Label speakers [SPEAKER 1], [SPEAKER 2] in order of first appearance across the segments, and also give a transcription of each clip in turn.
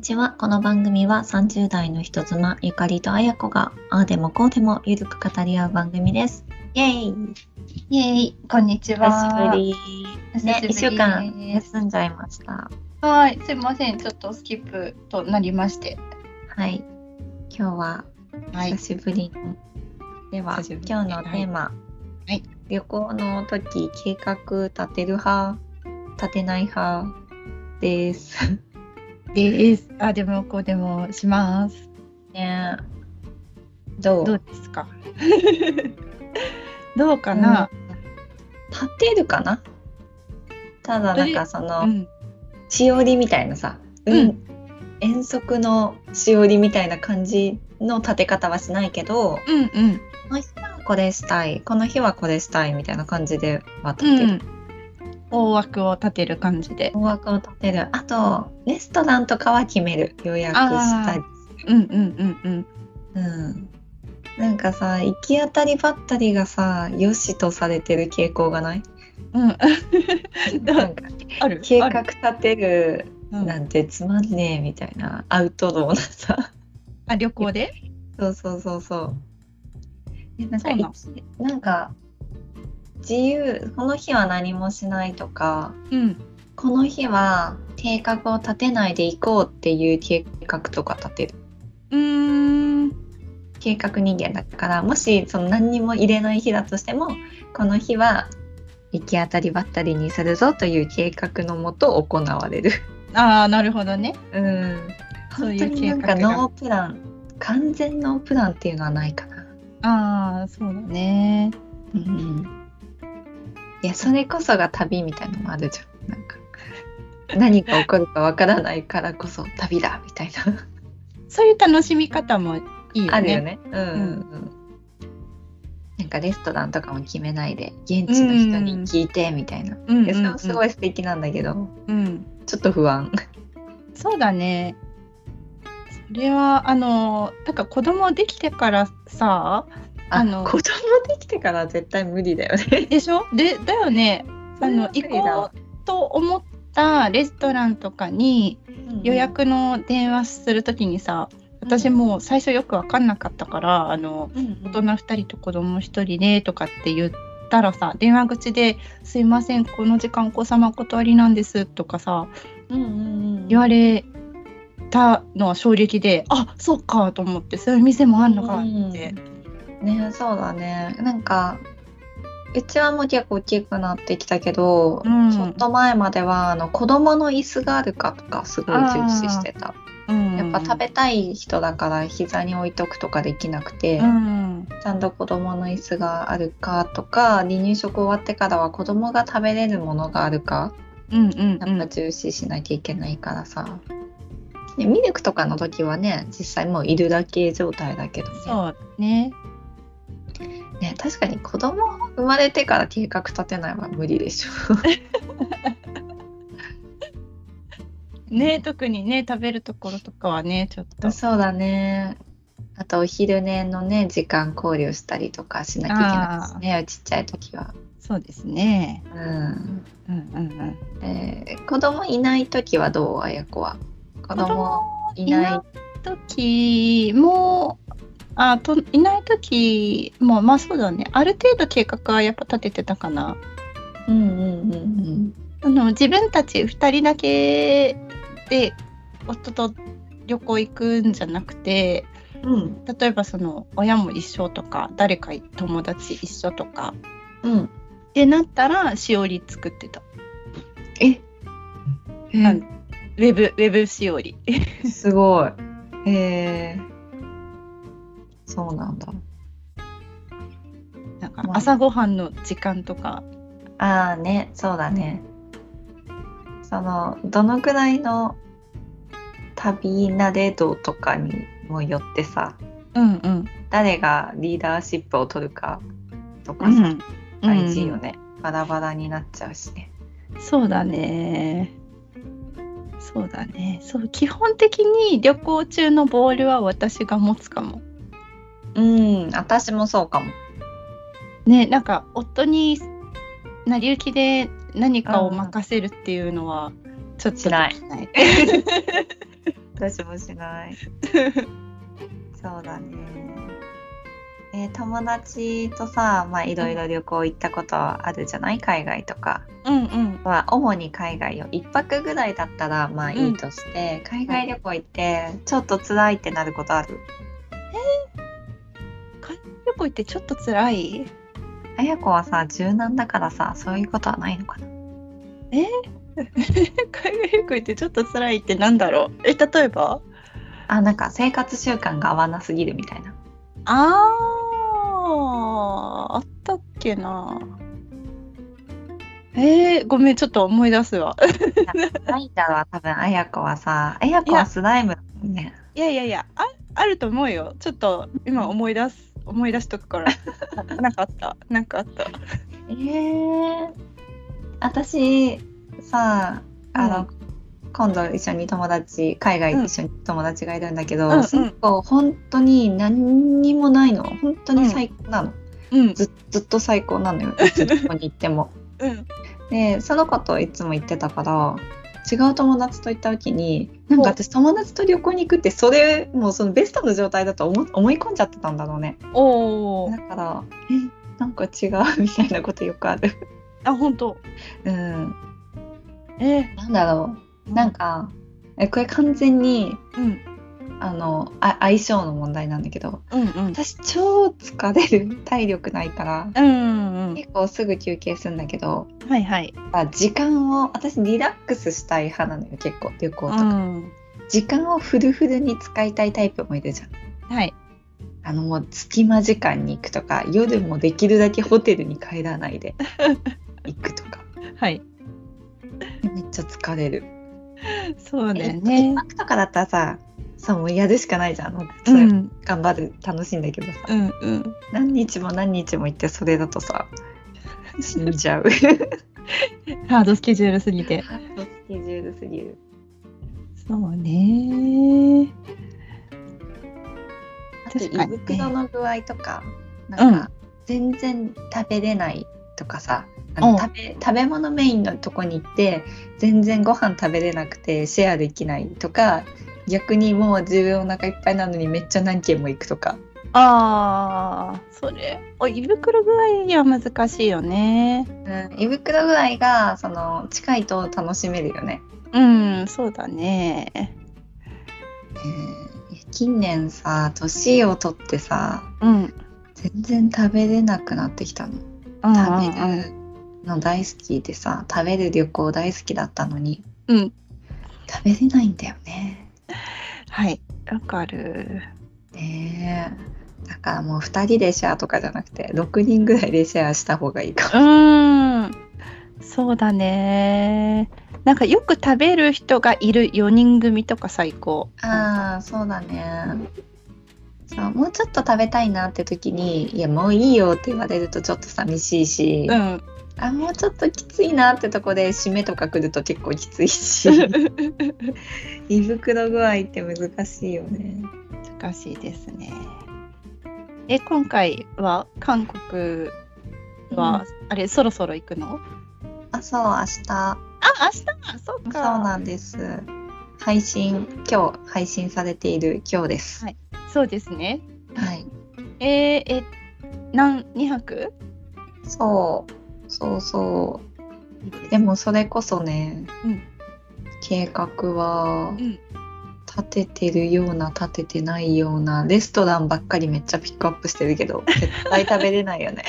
[SPEAKER 1] ちは。この番組は30代の人妻ゆかりとあやこがああでもこうでもゆるく語り合う番組です。イエイ
[SPEAKER 2] イエイ、こんに
[SPEAKER 1] 久
[SPEAKER 2] ち
[SPEAKER 1] し
[SPEAKER 2] は。
[SPEAKER 1] ぶり。ね、
[SPEAKER 2] 久
[SPEAKER 1] 1
[SPEAKER 2] しぶ
[SPEAKER 1] 週
[SPEAKER 2] り
[SPEAKER 1] 間
[SPEAKER 2] です
[SPEAKER 1] 休んじゃいました。
[SPEAKER 2] はい、すいません、ちょっとスキップとなりまして。
[SPEAKER 1] はい。今日は
[SPEAKER 2] は
[SPEAKER 1] 久。しぶりの、では
[SPEAKER 2] 久しぶり
[SPEAKER 1] 今日のテーマ、
[SPEAKER 2] はい
[SPEAKER 1] 旅行の時計画立てる派立てない派です。
[SPEAKER 2] です。あ、でも、こうでもします。
[SPEAKER 1] ねどう
[SPEAKER 2] どうですか。 どうかな。
[SPEAKER 1] 立てるかなただなんかその、
[SPEAKER 2] うん。
[SPEAKER 1] しおりみたいなさ、
[SPEAKER 2] うん
[SPEAKER 1] うん、遠足のしおりみたいな感じの立て方はしないけど、
[SPEAKER 2] うん、うん。
[SPEAKER 1] この日はこれしたいこの日はこれしたいみたいな感じでは立てる、
[SPEAKER 2] 大枠を立てる感じで。
[SPEAKER 1] 大枠を立てるあとレストランとかは決める予約したり、
[SPEAKER 2] うん、うん、うん、
[SPEAKER 1] うん、なんかさ行き当たりばったりがさ良しとされてる傾向が ない
[SPEAKER 2] うん。うん。
[SPEAKER 1] なんか
[SPEAKER 2] ある。
[SPEAKER 1] 計
[SPEAKER 2] あ
[SPEAKER 1] 画
[SPEAKER 2] る。
[SPEAKER 1] 立てる
[SPEAKER 2] うん
[SPEAKER 1] なんてつまんねえみたいなアウトドアなさ
[SPEAKER 2] あ、旅行で。
[SPEAKER 1] そうそうそうそう
[SPEAKER 2] えなんか
[SPEAKER 1] そうなのなんか自由この日は何もしないとか
[SPEAKER 2] うん。
[SPEAKER 1] この日は計画を立てないで行こうっていう計画とか立てる
[SPEAKER 2] うーん。
[SPEAKER 1] 計画人間だからもしその何にも入れない日だとしてもこの日は行き当たりばったりにするぞという計画のもと行われる
[SPEAKER 2] ああ、なるほどね。
[SPEAKER 1] うん
[SPEAKER 2] そう
[SPEAKER 1] 本
[SPEAKER 2] い
[SPEAKER 1] 当
[SPEAKER 2] う
[SPEAKER 1] に
[SPEAKER 2] 計
[SPEAKER 1] な
[SPEAKER 2] 画
[SPEAKER 1] んか
[SPEAKER 2] が。
[SPEAKER 1] ノープラン完全ノープランっていうのはないかな
[SPEAKER 2] ああ、そうだね。
[SPEAKER 1] うんいやそれこそが旅みたいのもあるじゃんなん か何が起こるかわからないからこそ旅だみたいな
[SPEAKER 2] そういう楽しみ方もいいよね。
[SPEAKER 1] あるよねうんうんうんなんかレストランとかも決めないで現地の人に聞いてみたいな、
[SPEAKER 2] うんうんうん。
[SPEAKER 1] でそれもすご
[SPEAKER 2] い。
[SPEAKER 1] い素敵なんだけど
[SPEAKER 2] うん。
[SPEAKER 1] ちょっと不安
[SPEAKER 2] そうだね。それはあのなんか子供できてからさ
[SPEAKER 1] あ
[SPEAKER 2] あの
[SPEAKER 1] 子供できてからは絶対無理だよね
[SPEAKER 2] でしょでだよねあの
[SPEAKER 1] 無理
[SPEAKER 2] 行
[SPEAKER 1] だ
[SPEAKER 2] こうと思ったレストランとかに予約の電話するときにさ私もう最初よく分かんなかったからあの大人
[SPEAKER 1] 大
[SPEAKER 2] 2人と子供1人でとかって言ったらさ電話口で「すいませんこの時間お子様お断りなんです」とかさ言わ
[SPEAKER 1] れ
[SPEAKER 2] れたのは衝撃であそうかと思ってそういう店もあんのかって。
[SPEAKER 1] ねそうだねなんかうちはもう結構大きくなってきたけど、
[SPEAKER 2] うん
[SPEAKER 1] ちょっと前まではあの子供の椅子があるかとかすごい重視してたやっぱ食べたい人だから膝に置いとくとかできなくて、
[SPEAKER 2] うん
[SPEAKER 1] ちゃんと子供の椅子があるかとか離乳食終わってからは子供が食べれるものがあるか
[SPEAKER 2] うんうん
[SPEAKER 1] や
[SPEAKER 2] う
[SPEAKER 1] っぱ
[SPEAKER 2] ん
[SPEAKER 1] 重視しなきゃいけないからさ、ねミルクとかの時はね実際もういるだけ状態だけどね。
[SPEAKER 2] そうね
[SPEAKER 1] ね確かに子供生まれてから計画立てないは無理でし ょ
[SPEAKER 2] ね特にね食べるところとかはねちょっと
[SPEAKER 1] そうだねあとお昼寝のね時間考慮したりとかしなきゃいけないですねちっちゃい時は
[SPEAKER 2] そうですね
[SPEAKER 1] うん、
[SPEAKER 2] うんうんうん
[SPEAKER 1] えー子供いない時はどうあや子は子供いない
[SPEAKER 2] 時もあといない時もまあそうだねある程度計画はやっぱ立ててたかな
[SPEAKER 1] うんうんうんうん
[SPEAKER 2] あの自分たち2人だけで夫と旅行行くんじゃなくて
[SPEAKER 1] うん
[SPEAKER 2] 例えばその親も一緒とか誰か友達一緒とか
[SPEAKER 1] うん
[SPEAKER 2] ってなったらしおり作ってた、
[SPEAKER 1] え
[SPEAKER 2] あのウェブウェブしおり
[SPEAKER 1] すごいへえそうなんだ
[SPEAKER 2] なんか朝ごはんの時間とか
[SPEAKER 1] ああねそうだねそのどのくらいの旅慣れ度とかにもよってさ
[SPEAKER 2] うんうん
[SPEAKER 1] 誰がリーダーシップを取るかとか
[SPEAKER 2] う
[SPEAKER 1] さ、
[SPEAKER 2] ん
[SPEAKER 1] 大事よね、バラバラになっちゃうしね
[SPEAKER 2] そうだね。そうだね。そう基本的に旅行中のボールは私が持つかも。
[SPEAKER 1] うん私もそうかも
[SPEAKER 2] ね、なんか夫に成り行きで何かを任せるっていうのはちょっとでき
[SPEAKER 1] 辛い
[SPEAKER 2] ない。
[SPEAKER 1] 私もしない。そうだね。えー友達とさ、まあ、いろいろ旅行行ったことあるじゃない海外とか
[SPEAKER 2] うんうん
[SPEAKER 1] は主に海外を1泊ぐらいだったらまあいいとして、海外旅行行ってちょっと辛いってなることある
[SPEAKER 2] 海外旅行ってちょっと辛 い
[SPEAKER 1] あや子はさ柔軟だからさそういうことはないのかな
[SPEAKER 2] 海外旅行ってちょっと辛いってなんだろうえ例えば
[SPEAKER 1] あなんか生活習慣が合わなすぎるみたいな
[SPEAKER 2] あーあったっけなえー、ごめんちょっと思い出すわ
[SPEAKER 1] ないんだろう多分あや子はさあや子はスライムだもんね
[SPEAKER 2] いやいやいやああると思うよちょっと今思い出す思い出しとく からななんかあったなんかあった
[SPEAKER 1] えー、私さあの、今度一緒に友達海外
[SPEAKER 2] うん
[SPEAKER 1] 一緒に友達がいるんだけど、
[SPEAKER 2] うんうん
[SPEAKER 1] その子本当に何にもないの本当に最高なの、
[SPEAKER 2] うん
[SPEAKER 1] ずずっと最高なの よいつどこに行っても。
[SPEAKER 2] うん
[SPEAKER 1] でその子といつも行ってたから違う友達と行った時になんか私友達と旅行に行くってそれもうそのベストの状態だと思思い込んじゃってたんだろうね
[SPEAKER 2] おお
[SPEAKER 1] だからえなんか違うみたいなことよくある
[SPEAKER 2] あ本当
[SPEAKER 1] うん
[SPEAKER 2] え
[SPEAKER 1] なんだろうなんかえこれ完全に
[SPEAKER 2] うん
[SPEAKER 1] あのあ相性の問題なんだけど
[SPEAKER 2] うんうん
[SPEAKER 1] 私超疲れる体力ないから
[SPEAKER 2] うんうん
[SPEAKER 1] 結構すぐ休憩するんだけど
[SPEAKER 2] はいはい
[SPEAKER 1] あ時間を私リラックスしたい派なのよ結構旅行
[SPEAKER 2] う
[SPEAKER 1] とか、
[SPEAKER 2] ん
[SPEAKER 1] 時間をフルフルに使いたいタイプもいるじゃん
[SPEAKER 2] はい
[SPEAKER 1] あのもう隙間時間に行くとか夜もできるだけホテルに帰らない で行くとか
[SPEAKER 2] はい
[SPEAKER 1] めっちゃ疲れる
[SPEAKER 2] そうだよ
[SPEAKER 1] 一
[SPEAKER 2] ね
[SPEAKER 1] 泊とかだったらささもうやるしかないじゃんもう
[SPEAKER 2] う
[SPEAKER 1] それ
[SPEAKER 2] ん
[SPEAKER 1] 頑張る楽しいんだけどさ
[SPEAKER 2] うんうん
[SPEAKER 1] 何日も何日も行ってそれだと さ死んじゃう
[SPEAKER 2] ハードスケジュールすぎて。
[SPEAKER 1] ハードスケジュールすぎる
[SPEAKER 2] そうね。
[SPEAKER 1] あと胃
[SPEAKER 2] 確かにね
[SPEAKER 1] 袋の具合とか、なんか全然食べれないとかさ、あ
[SPEAKER 2] う
[SPEAKER 1] の
[SPEAKER 2] ん
[SPEAKER 1] 食べ食べ物メインのとこに行って全然ご飯食べれなくてシェアできないとか逆にもう自分お腹いっぱいなのにめっちゃ何軒も行くとか
[SPEAKER 2] ああ、それ。お胃袋具合には難しいよね。
[SPEAKER 1] うん胃袋具合がその近いと楽しめるよね、
[SPEAKER 2] うん、そうだね。
[SPEAKER 1] えー近年さ年を取ってさ
[SPEAKER 2] うん。うん
[SPEAKER 1] 全然食べれなくなってきたの
[SPEAKER 2] うん
[SPEAKER 1] 食べるの大好きでさ食べる旅行大好きだったのに
[SPEAKER 2] うん。うん。
[SPEAKER 1] 食べれないんだよね。
[SPEAKER 2] はい。わかる。
[SPEAKER 1] ねえ。だからもう2人でシェアとかじゃなくて6人ぐらいでシェアした方がいいか
[SPEAKER 2] う
[SPEAKER 1] も。
[SPEAKER 2] ーん。そうだね。なんかよく食べる人がいる4人組とか最高。
[SPEAKER 1] ああそうだね。そうもうちょっと食べたいなって時に「いやもういいよ」って言われるとちょっと寂しいし、
[SPEAKER 2] うん。
[SPEAKER 1] あもうちょっときついなってとこで締めとか来ると結構きつい し胃袋具合って難しいよね。
[SPEAKER 2] 難しいですね。え、今回は韓国は、あれ、そろそろ行くの
[SPEAKER 1] あそう明日
[SPEAKER 2] あ、明日そっ
[SPEAKER 1] そう
[SPEAKER 2] か。
[SPEAKER 1] なんです。配信今日配信されている今日です。
[SPEAKER 2] そうですね。
[SPEAKER 1] はい
[SPEAKER 2] えーえ、なん、2泊
[SPEAKER 1] そうそうそうでもそれこそね、
[SPEAKER 2] うん
[SPEAKER 1] 計画は
[SPEAKER 2] うん
[SPEAKER 1] 立ててるような立ててないようなレストランばっかりめっちゃピックアップしてるけど絶対食べれないよね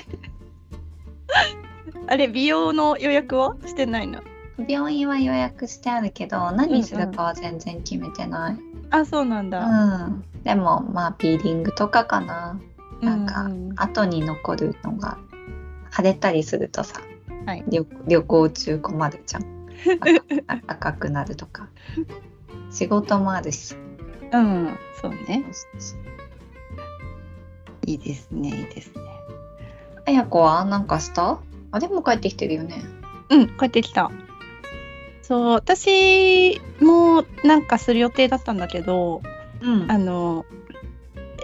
[SPEAKER 2] あれ、美容の予約はしてないの
[SPEAKER 1] 病院は予約してあるけど何するかは全然決めてない、うん
[SPEAKER 2] あ、そうなんだ。
[SPEAKER 1] でもまあピーリングとかかななんか
[SPEAKER 2] う
[SPEAKER 1] 後に残るのが腫れたりするとさ、
[SPEAKER 2] はい
[SPEAKER 1] 旅旅行中困るじゃん赤 く赤くなるとか仕事もあるしさ
[SPEAKER 2] うん、そうね。いいですね、いいですね。
[SPEAKER 1] あやこはなんかしたあでも帰ってきてるよね
[SPEAKER 2] うん、帰ってきた。そう、私もなんかする予定だったんだけど、
[SPEAKER 1] うん
[SPEAKER 2] あの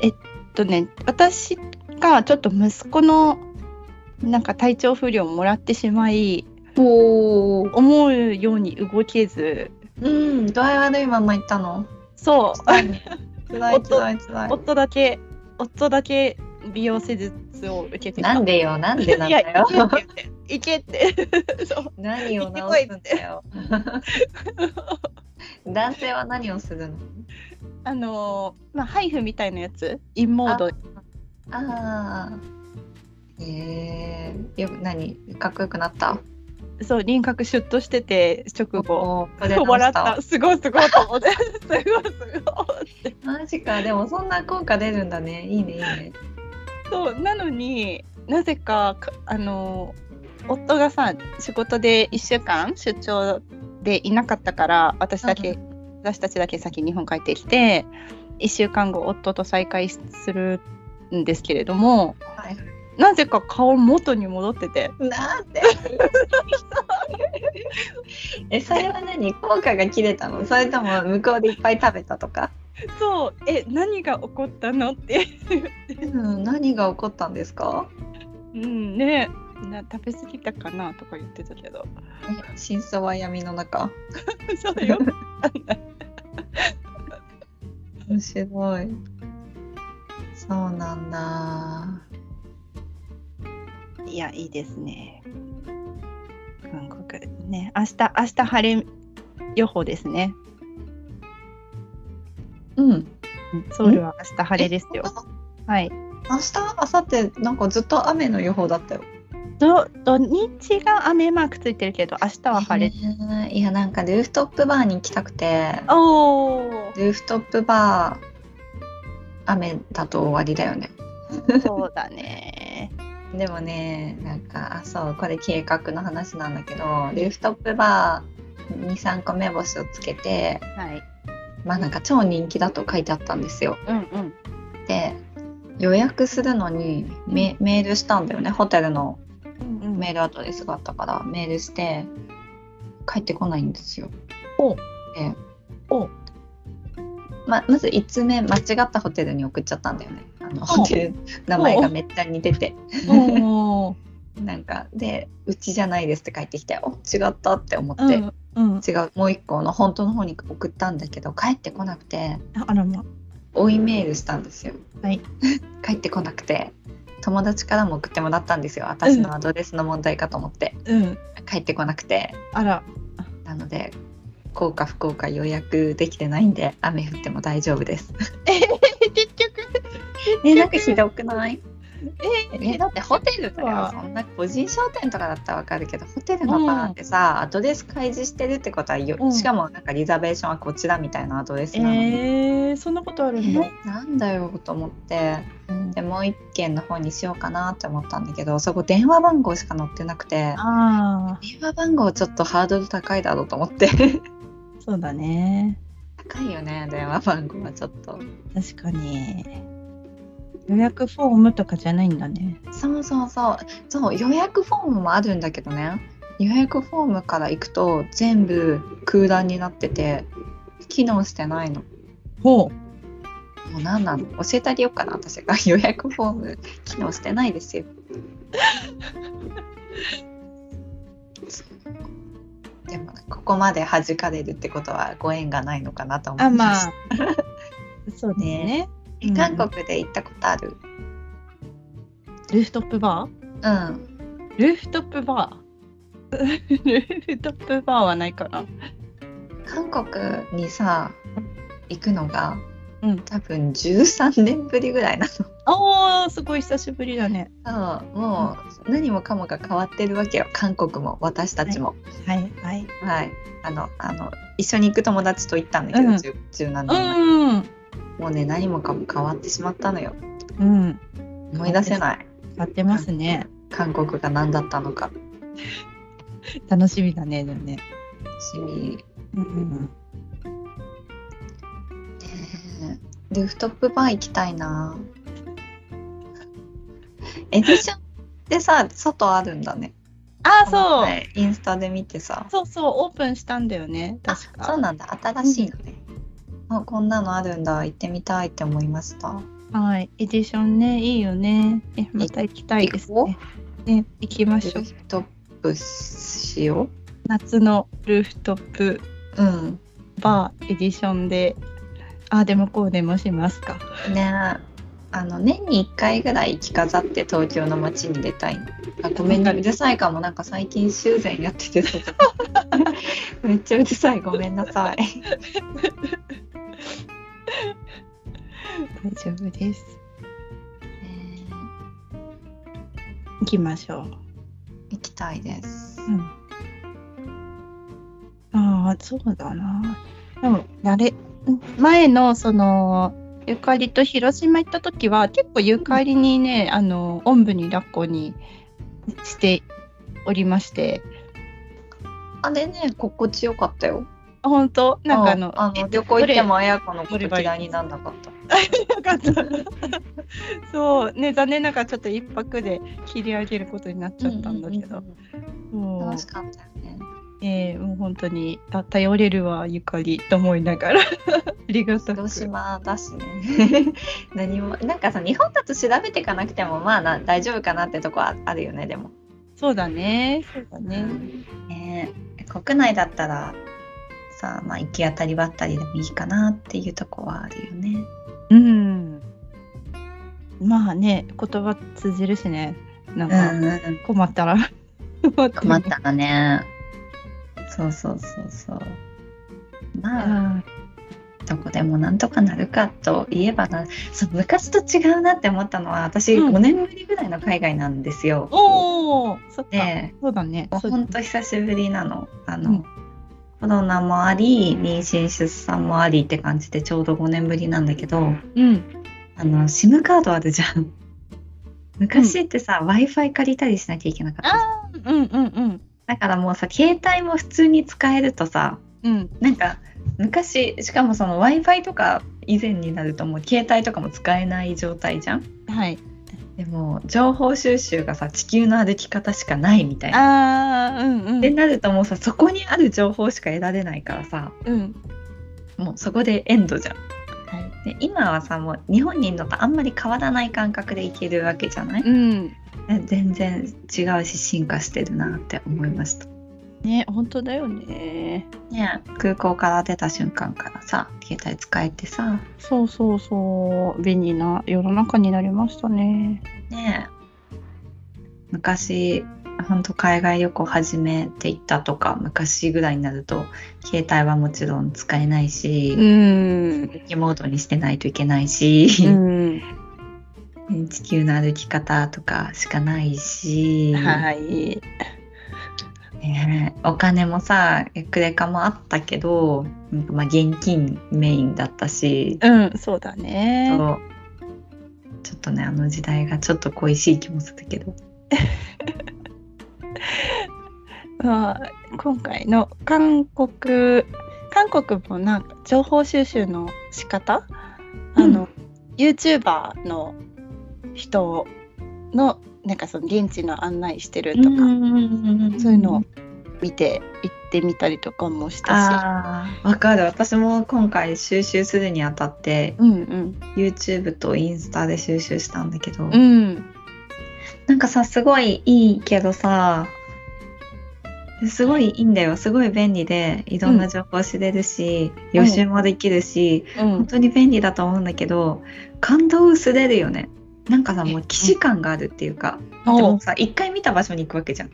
[SPEAKER 2] えっとね私がちょっと息子のなんか体調不良をもらってしまい
[SPEAKER 1] おー
[SPEAKER 2] 思うように動けず
[SPEAKER 1] うん具合悪いまま行ったの
[SPEAKER 2] そう
[SPEAKER 1] つらいつらいつらい。
[SPEAKER 2] 夫だけ夫だけ美容施術を受けてた
[SPEAKER 1] なんでよ、なんでなん
[SPEAKER 2] いや
[SPEAKER 1] だよ。
[SPEAKER 2] 行けって言って行け ってそう
[SPEAKER 1] 何を直すんだ よ。男性は何をするの
[SPEAKER 2] あのーまあハイフみたいなやつインモード
[SPEAKER 1] ああ。ええよく何かっこよくなった。
[SPEAKER 2] そう輪郭シュッとしてて直後
[SPEAKER 1] おーこれ直 し
[SPEAKER 2] 笑ったすごいすごいと思って すごいすごい
[SPEAKER 1] マジか、でもそんな効果出るんだね。いいね、いいね。
[SPEAKER 2] そうなのになぜかかあの夫がさ仕事で1週間出張でいなかったから私だけ、
[SPEAKER 1] う
[SPEAKER 2] 私たちだけ先日本帰ってきて1週間後夫と再会するんですけれども
[SPEAKER 1] はい
[SPEAKER 2] なぜか顔元に戻ってて
[SPEAKER 1] なん でえ、それは何効果が切れたのそれとも向こうでいっぱい食べたと か
[SPEAKER 2] そうえ何が起こったのって、
[SPEAKER 1] うん、何が起こったんですか
[SPEAKER 2] うん、ねな食べ過ぎたかなとか言ってたけど
[SPEAKER 1] え真相は闇の中。
[SPEAKER 2] そうよ
[SPEAKER 1] 面白い。そうなんだ。
[SPEAKER 2] いや、いいですね。韓国ね、明日、明日晴れ予報ですね。
[SPEAKER 1] うん。
[SPEAKER 2] ソウルは明日晴れですよ
[SPEAKER 1] え。
[SPEAKER 2] はい。
[SPEAKER 1] 明日、明後日なんかずっと雨の予報だったよ。
[SPEAKER 2] ど土日が雨マークついてるけど、明日は晴れ。
[SPEAKER 1] えーいやなんかルーフトップバーに行きたくて、。
[SPEAKER 2] おお
[SPEAKER 1] ルーフトップバー雨だと終わりだよね。
[SPEAKER 2] そうだ ね。
[SPEAKER 1] でもね、なんかあそうこれ計画の話なんだけど、ルーフトップバーに3個目星をつけて、
[SPEAKER 2] はい。
[SPEAKER 1] まあなんか超人気だと書いてあったんですよ。
[SPEAKER 2] うんうん。
[SPEAKER 1] で予約するのにメメールしたんだよねホテルの
[SPEAKER 2] うんうん
[SPEAKER 1] メールアドレスがあったからメールして帰ってこないんですよ。
[SPEAKER 2] お
[SPEAKER 1] で
[SPEAKER 2] お
[SPEAKER 1] ままず1通目間違ったホテルに送っちゃったんだよねあのホテル名前がめっちゃ似てて
[SPEAKER 2] おお。
[SPEAKER 1] なんかで「うちじゃないです」って帰ってきて「お違った」って思って、
[SPEAKER 2] う
[SPEAKER 1] 違
[SPEAKER 2] んうん。
[SPEAKER 1] うもう一個の本当の方に送ったんだけど帰ってこなくて。
[SPEAKER 2] あらま。
[SPEAKER 1] 追いメールしたんですよ。
[SPEAKER 2] はい、
[SPEAKER 1] 帰ってこなくて友達からも送ってもらったんですよ私のアドレスの問題かと思って、
[SPEAKER 2] うん。
[SPEAKER 1] 帰ってこなくて
[SPEAKER 2] あら。
[SPEAKER 1] なので幸か不幸か予約できてないんで雨降っても大丈夫です。
[SPEAKER 2] 結 局。
[SPEAKER 1] ねなんかひどくない
[SPEAKER 2] え
[SPEAKER 1] えだってホテルと
[SPEAKER 2] わ
[SPEAKER 1] かそんな個人商店とかだったらわかるけどホテルのバーってさ、アドレス開示してるってことはよ、
[SPEAKER 2] うん
[SPEAKER 1] しかもなんかリザベーションはこちらみたいなアドレスなのに、
[SPEAKER 2] えー、そんなことあるんだ。
[SPEAKER 1] えなんだよと思ってでもう一軒の方にしようかなって思ったんだけどそこ電話番号しか載ってなくて
[SPEAKER 2] ああ、
[SPEAKER 1] 電話番号ちょっとハードル高いだろうと思って
[SPEAKER 2] そうだね。
[SPEAKER 1] 高いよね電話番号はちょっと
[SPEAKER 2] 確かに予約フォームとかじゃないんだね
[SPEAKER 1] そうそうそうそう予約フォームもあるんだけどね予約フォームから行くと全部空欄になってて機能してないの
[SPEAKER 2] ほ
[SPEAKER 1] もう何なの教えてあげようかな私が 予約フォーム機能してないですよ でもここまで弾かれるってことはご縁がないのかなと思
[SPEAKER 2] あ
[SPEAKER 1] いま、
[SPEAKER 2] ます あそうですね
[SPEAKER 1] え韓国で行ったことある
[SPEAKER 2] ルーフトップ
[SPEAKER 1] う
[SPEAKER 2] バ
[SPEAKER 1] ん
[SPEAKER 2] ールーフトップバー ルーフトップバーはないかな
[SPEAKER 1] 韓国にさ行くのが、
[SPEAKER 2] うん
[SPEAKER 1] 多分13年ぶりぐらいな
[SPEAKER 2] あーすごい久しぶりだね
[SPEAKER 1] のうんもう何もかもが変わってるわけよ韓国も私たちも、
[SPEAKER 2] はいはい
[SPEAKER 1] はい、あのあの一緒に行く友達と行ったんだけど、
[SPEAKER 2] うん
[SPEAKER 1] 10 17年
[SPEAKER 2] う
[SPEAKER 1] 前、
[SPEAKER 2] ん
[SPEAKER 1] もうね何もかも変わってしまったのよ
[SPEAKER 2] うん
[SPEAKER 1] 思い出せない
[SPEAKER 2] 買ってますね
[SPEAKER 1] 韓国が何だったのか
[SPEAKER 2] 楽しみだねでもね
[SPEAKER 1] 趣味
[SPEAKER 2] うんうん
[SPEAKER 1] ねえルーフトップバー行きたいなエディションってさ外あるんだね
[SPEAKER 2] あーそう、
[SPEAKER 1] はいインスタで見てさ
[SPEAKER 2] そうそうオープンしたんだよね
[SPEAKER 1] あ
[SPEAKER 2] 確か
[SPEAKER 1] そうなんだ新しいのね、あこんなのあるんだ行ってみたいって思いました
[SPEAKER 2] はい、エディションね、いいよね。え、また行きたいですね。ね、行きま
[SPEAKER 1] ル
[SPEAKER 2] しょ
[SPEAKER 1] ー
[SPEAKER 2] う。
[SPEAKER 1] フトップしよう
[SPEAKER 2] 夏のルーフトップ
[SPEAKER 1] うん
[SPEAKER 2] バーエディションであでもこうでもしますか。
[SPEAKER 1] ねあの年に1回ぐらい着飾って東京の街に出たいあごめんね
[SPEAKER 2] わかる
[SPEAKER 1] うるさいかもなんか最近修繕やっててとか めっちゃうるさいごめんなさい
[SPEAKER 2] 大丈夫です。行きましょう。
[SPEAKER 1] 行きたいです
[SPEAKER 2] うん、ああそうだな。でも慣れ前のそのゆかりと広島行った時は結構ゆかりにね、あのおんぶに抱っこにしておりまして
[SPEAKER 1] あれね心地よかったよ
[SPEAKER 2] あ本当なんかあの
[SPEAKER 1] あ
[SPEAKER 2] え
[SPEAKER 1] の
[SPEAKER 2] と
[SPEAKER 1] 旅行行っても
[SPEAKER 2] どれ
[SPEAKER 1] 綾子のこと
[SPEAKER 2] どればいい
[SPEAKER 1] 嫌いになんなかった
[SPEAKER 2] なかった そうね残念ながらちょっと一泊で切り上げることになっちゃったんだけど
[SPEAKER 1] う、んうんうん
[SPEAKER 2] もう
[SPEAKER 1] 楽しかったよね
[SPEAKER 2] えーもう本当にあ頼れるわゆかりと思いながらありがたく
[SPEAKER 1] 広島だしね 何もなんかさ日本だと調べていかなくてもまあな大丈夫かなってとこはあるよねでも
[SPEAKER 2] そうだねそうだね、
[SPEAKER 1] ねえ国内だったらさあまあ行き当たりばったりでもいいかなっていうとこはあるよね。
[SPEAKER 2] うん。まあね、言葉通じるしね。なんか
[SPEAKER 1] ん、
[SPEAKER 2] 困ったら困って
[SPEAKER 1] 困ったらね。そうそうそうそう。まあ、
[SPEAKER 2] あ
[SPEAKER 1] どこでもなんとかなるかといえばなそう昔と違うなって思ったのは私
[SPEAKER 2] うん
[SPEAKER 1] 5年ぶりぐらいの海外なんですよ。
[SPEAKER 2] おお、そっか。
[SPEAKER 1] で
[SPEAKER 2] そうだね。そう
[SPEAKER 1] 本当久しぶりなの。あの、
[SPEAKER 2] うん
[SPEAKER 1] コロナもあり妊娠出産もありって感じでちょうど5年ぶりなんだけど。
[SPEAKER 2] うん。
[SPEAKER 1] あの SIM カードあるじゃん。昔ってさ、w i f i 借りたりしなきゃいけなかったじゃん。
[SPEAKER 2] うんうんうん
[SPEAKER 1] だからもうさ携帯も普通に使えるとさ
[SPEAKER 2] うん。
[SPEAKER 1] なんか昔しかもその w i f i とか以前になるともう携帯とかも使えない状態じゃん。
[SPEAKER 2] うん。はい。
[SPEAKER 1] でも情報収集がさ地球の歩き方しかないみたいな。
[SPEAKER 2] ああ、うんうん。
[SPEAKER 1] ってなるともうさそこにある情報しか得られないからさ
[SPEAKER 2] うん。
[SPEAKER 1] もうそこでエンドじゃん。
[SPEAKER 2] はい。
[SPEAKER 1] で今はさもう日本にいるのとあんまり変わらない感覚でいけるわけじゃない
[SPEAKER 2] うん。
[SPEAKER 1] ね全然違うし進化してるなって思いました、
[SPEAKER 2] ね、本当だよね。
[SPEAKER 1] ね、空港から出た瞬間からさ携帯使えてさ
[SPEAKER 2] そうそうそう。便利な世の中になりましたね。
[SPEAKER 1] ね昔ほんと海外旅行始めていったとか昔ぐらいになると携帯はもちろん使えないし、
[SPEAKER 2] うん。
[SPEAKER 1] リモートにしてないといけないし、
[SPEAKER 2] うん。
[SPEAKER 1] 地球の歩き方とかしかないし、
[SPEAKER 2] はい。
[SPEAKER 1] ねえお金もさクレカもあったけど、なんかまあ、現金メインだったし、
[SPEAKER 2] うん、そうだね。
[SPEAKER 1] そうちょっとねあの時代がちょっと恋しい気もするけど
[SPEAKER 2] まあ、今回の韓国韓国もなんか情報収集の仕方、あの YouTuber の人のなんかその現地の案内してるとか、そういうのを見て行ってみたりとかもしたし。
[SPEAKER 1] あーわかる私も今回収集するにあたって
[SPEAKER 2] うんうん、
[SPEAKER 1] YouTube とインスタで収集したんだけど、
[SPEAKER 2] うん、
[SPEAKER 1] なんかさすごいいいけどさすごいいいんだよすごい便利でいろんな情報知れるし、予習もできるし、
[SPEAKER 2] う
[SPEAKER 1] 本
[SPEAKER 2] ん、
[SPEAKER 1] 当に便利だと思うんだけど感動薄れるよねなんかさもう既視感があるっていうか、で
[SPEAKER 2] お
[SPEAKER 1] もさ一回見た場所に行くわけじゃん。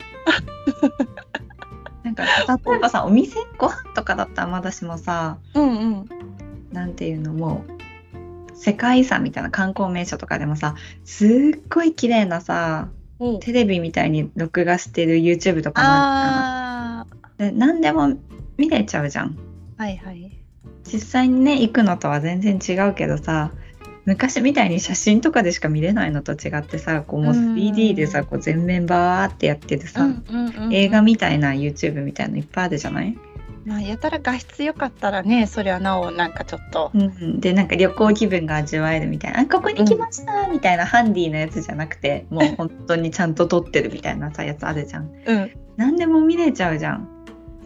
[SPEAKER 1] なんか例えばさお店ご飯とかだったらまだしもさ
[SPEAKER 2] うんうん、
[SPEAKER 1] なんていうのもう世界遺産みたいな観光名所とかでもさすっごい綺麗なさ
[SPEAKER 2] お
[SPEAKER 1] テレビみたいに録画してる YouTube とかもあ
[SPEAKER 2] あ
[SPEAKER 1] るじゃんで何でも見れちゃうじゃん。
[SPEAKER 2] ーはいはい
[SPEAKER 1] 実際にね行くのとは全然違うけどさ昔みたいに写真とかでしか見れないのと違ってさこうもう 3D でさこう全面バーってやっててさ、
[SPEAKER 2] うんうんうん
[SPEAKER 1] 映画みたいな YouTube みたいのいっぱいあるじゃない、
[SPEAKER 2] まあやたら画質良かったらねそりゃなおなんかちょっと
[SPEAKER 1] うん、でなんか旅行気分が味わえるみたいなあ「ここに来ました」みたいなハンディなやつじゃなくてもう本当にちゃんと撮ってるみたいなさやつあるじゃん
[SPEAKER 2] うん
[SPEAKER 1] 何でも見れちゃうじゃん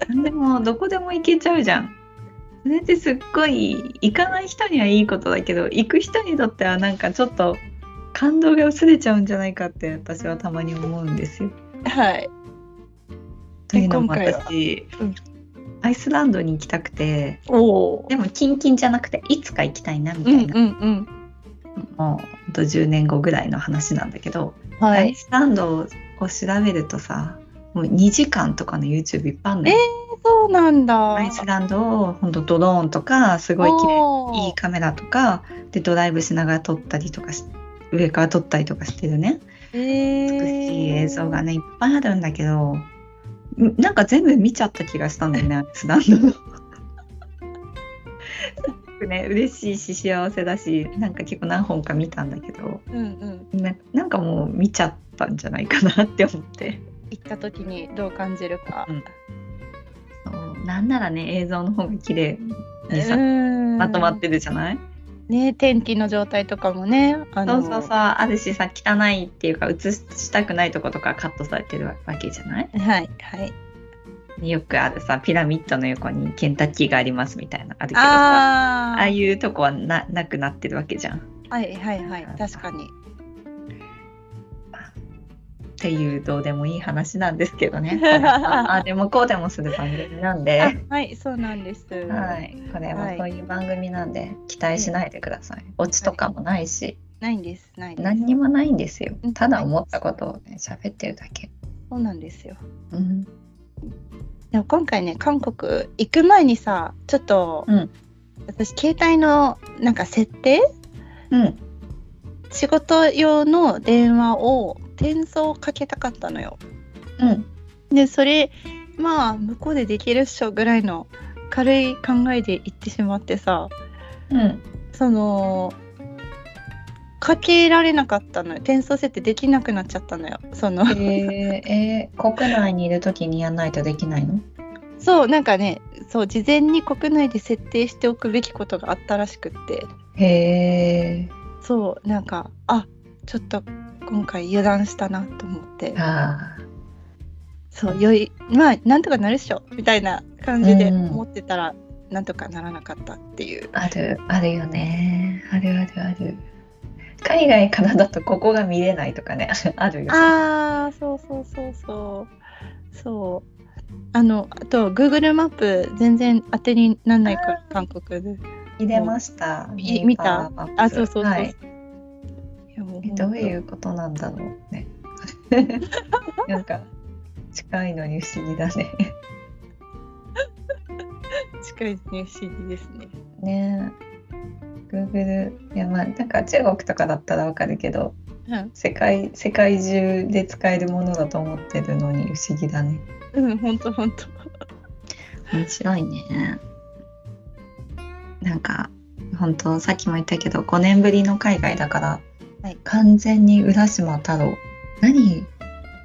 [SPEAKER 1] 何でもどこでも行けちゃうじゃんそれってすっごい行かない人にはいいことだけど行く人にとってはなんかちょっと感動が薄れちゃうんじゃないかって私はたまに思うんですよ
[SPEAKER 2] はい
[SPEAKER 1] というのも
[SPEAKER 2] 今回は
[SPEAKER 1] 私、
[SPEAKER 2] うん
[SPEAKER 1] アイスランドに行きたくて
[SPEAKER 2] おお
[SPEAKER 1] でもキンキンじゃなくていつか行きたいなみ
[SPEAKER 2] う
[SPEAKER 1] たい
[SPEAKER 2] ん
[SPEAKER 1] な、
[SPEAKER 2] うんうん
[SPEAKER 1] もうほんと10年後ぐらいの話なんだけど、
[SPEAKER 2] は
[SPEAKER 1] アイ
[SPEAKER 2] い
[SPEAKER 1] スランドを調べるとさもう2時間とかの YouTube いっぱいあるのよ、
[SPEAKER 2] そうなんだ
[SPEAKER 1] アイスランドをほんとドローンとかすごい綺麗
[SPEAKER 2] おー
[SPEAKER 1] いいカメラとかでドライブしながら撮ったりとかし上から撮ったりとかしてるね
[SPEAKER 2] へ
[SPEAKER 1] 美
[SPEAKER 2] ー
[SPEAKER 1] しい映像がねいっぱいあるんだけどんなんか全部見ちゃった気がしたん だよねアイスランドの。すごくね嬉しいし幸せだしなんか結構何本か見たんだけど
[SPEAKER 2] うんうん
[SPEAKER 1] ななんかもう見ちゃったんじゃないかなって思って
[SPEAKER 2] 行った時にどう感じるか
[SPEAKER 1] うんそうなんならね映像の方が綺麗にさ
[SPEAKER 2] うん
[SPEAKER 1] まとまってるじゃない
[SPEAKER 2] ね天気の状態とかもねあ
[SPEAKER 1] そ
[SPEAKER 2] の
[SPEAKER 1] うそうそうあるしさ汚いっていうか映したくないとことかカットされてるわけじゃない
[SPEAKER 2] はいはい
[SPEAKER 1] よくあるさピラミッドの横にケンタッキーがありますみたいなあるけどさあ
[SPEAKER 2] あ
[SPEAKER 1] あ
[SPEAKER 2] ー
[SPEAKER 1] いうとこはななくなってるわけじゃんっ
[SPEAKER 2] はいはいはい確かに
[SPEAKER 1] ていうどうでもいい話なんですけどね これはあでもこうでもする番組なんで
[SPEAKER 2] あはいそうなんです
[SPEAKER 1] はいこれはそういう番組なんで期待しないでくださいオチとかもないし
[SPEAKER 2] ないんですないんです
[SPEAKER 1] 何にもないんですよ
[SPEAKER 2] うん
[SPEAKER 1] ただ思ったことをね喋ってるだけ
[SPEAKER 2] そうなんですよ
[SPEAKER 1] うん
[SPEAKER 2] でも今回ね韓国行く前にさちょっと、
[SPEAKER 1] うん
[SPEAKER 2] 私携帯のなんか設定
[SPEAKER 1] うん
[SPEAKER 2] 仕事用の電話を転送かけたかったのよ
[SPEAKER 1] うん
[SPEAKER 2] でそれまあ向こうでできるっしょぐらいの軽い考えで行ってしまってさ
[SPEAKER 1] うん
[SPEAKER 2] そのかけられなかったのよ転送設定できなくなっちゃったのよその
[SPEAKER 1] えー、えー国内にいる時にやんないとできないの
[SPEAKER 2] そうなんかねそう事前に国内で設定しておくべきことがあったらしくって
[SPEAKER 1] へえ
[SPEAKER 2] そうなんかあちょっと今回油断したなと思って
[SPEAKER 1] あ
[SPEAKER 2] そうよいまあなんとかなるっしょみたいな感じで
[SPEAKER 1] うん
[SPEAKER 2] 思ってたら、なんとかならなかったってい
[SPEAKER 1] ー
[SPEAKER 2] う
[SPEAKER 1] あるあるよねあるあるある海外からだとここが見れないとかね あるよ
[SPEAKER 2] あーそうそうそうそうそうあのあと Google マップ全然当てにならないから韓国で
[SPEAKER 1] 入れました
[SPEAKER 2] い見たあそうそうそう、
[SPEAKER 1] はいい、
[SPEAKER 2] やもう
[SPEAKER 1] え
[SPEAKER 2] ほんと
[SPEAKER 1] どういうことなんだろうね なんか近いのに不思議だね
[SPEAKER 2] 近いね不思議ですね
[SPEAKER 1] ねえ Google いやまあなんか中国とかだったらわかるけど
[SPEAKER 2] うん
[SPEAKER 1] 世界世界中で使えるものだと思ってるのに不思議だね
[SPEAKER 2] うんほんとほんと
[SPEAKER 1] 面白いねなんか本当さっきも言ったけど5年ぶりの海外だから、
[SPEAKER 2] はい
[SPEAKER 1] 完全に浦島太郎何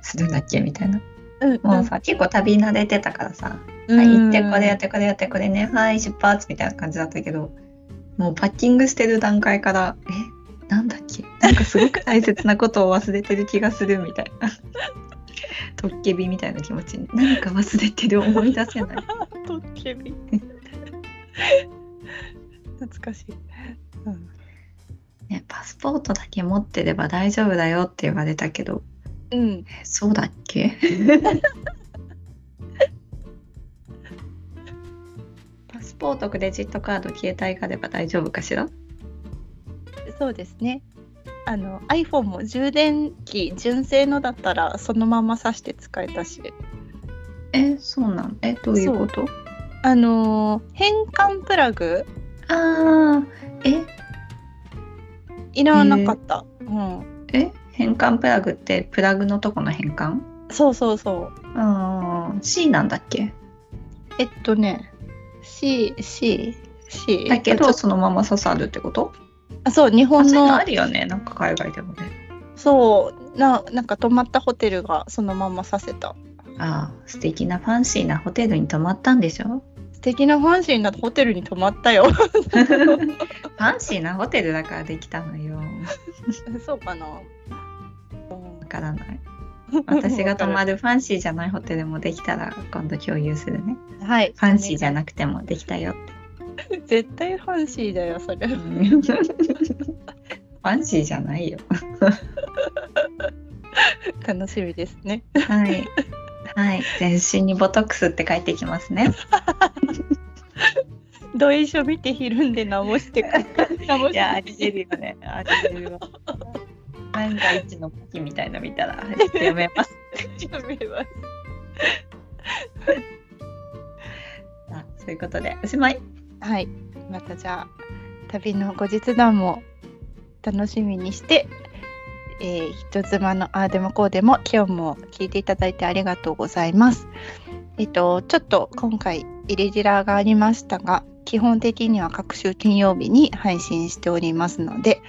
[SPEAKER 1] するんだっけみたいな
[SPEAKER 2] うんうん
[SPEAKER 1] もうさ、結構旅慣れてたからさ、
[SPEAKER 2] うん
[SPEAKER 1] はい、行ってこれやってこれやってこれねはい出発みたいな感じだったけどもうパッキングしてる段階からえなんだっけなんかすごく大切なことを忘れてる気がするみたいな とっけびみたいな気持ちに何か忘れてる思い出せない
[SPEAKER 2] とっけび懐かしい、うん
[SPEAKER 1] ね、パスポートだけ持ってれば大丈夫だよって言われたけど
[SPEAKER 2] う
[SPEAKER 1] え
[SPEAKER 2] ん、
[SPEAKER 1] そうだっ けパスポートクレジットカード携帯があれば大丈夫かしら
[SPEAKER 2] そうですねあの iPhone も充電器純正のだったらそのまま挿して使えたし
[SPEAKER 1] えそうなのえどういうこと
[SPEAKER 2] あのー変換プラグ
[SPEAKER 1] あー
[SPEAKER 2] いらなかった、うん、
[SPEAKER 1] ええ変換プラグってプラグのとこの変換
[SPEAKER 2] そうそうそう
[SPEAKER 1] あー C なんだっけ
[SPEAKER 2] えっとね CCC
[SPEAKER 1] だけどそのまま刺さるってこと
[SPEAKER 2] あそう日
[SPEAKER 1] あ
[SPEAKER 2] 本
[SPEAKER 1] そういうの
[SPEAKER 2] の
[SPEAKER 1] あるよねなんか海外でもね
[SPEAKER 2] そうななんか泊まったホテルがそのままさせた
[SPEAKER 1] ああ素敵なファンシーなホテルに泊まったんでしょ
[SPEAKER 2] 素敵なファンシーなホテルに泊まったよ
[SPEAKER 1] ファンシーなホテルだからできたのよ。
[SPEAKER 2] そうかな
[SPEAKER 1] わから ない。私が泊まるファンシーじゃないホテルもできたら今度共有するね。
[SPEAKER 2] はい
[SPEAKER 1] ファンシーじゃ
[SPEAKER 2] い
[SPEAKER 1] なくてもできたよって。
[SPEAKER 2] 絶対ファンシーだよそれ
[SPEAKER 1] ファンシーじゃないよ。
[SPEAKER 2] 楽しみですね
[SPEAKER 1] はい。はい、全身にボトックスって書いてきますね。
[SPEAKER 2] 同意書見てひるんで直してく直して
[SPEAKER 1] いや、ありえるよね。ありえるよ。万が一の時みたいの見たら、読めます。
[SPEAKER 2] やめます
[SPEAKER 1] あそういうことで、おしまい。
[SPEAKER 2] はいまたじゃあ旅の後日談も楽しみにして、えー、人妻のああでもこうでも今日も聞いていただいてありがとうございますえっとちょっと今回イレギュラーがありましたが基本的には各週金曜日に配信しておりますので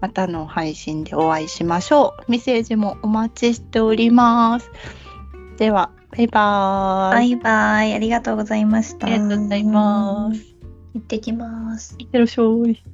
[SPEAKER 2] またの配信でお会いしましょうメッセージもお待ちしておりますではバイバーイ、
[SPEAKER 1] バイバイ、ありがとうございました。。
[SPEAKER 2] ありがとうございます
[SPEAKER 1] 行ってきます。
[SPEAKER 2] いってらっしゃい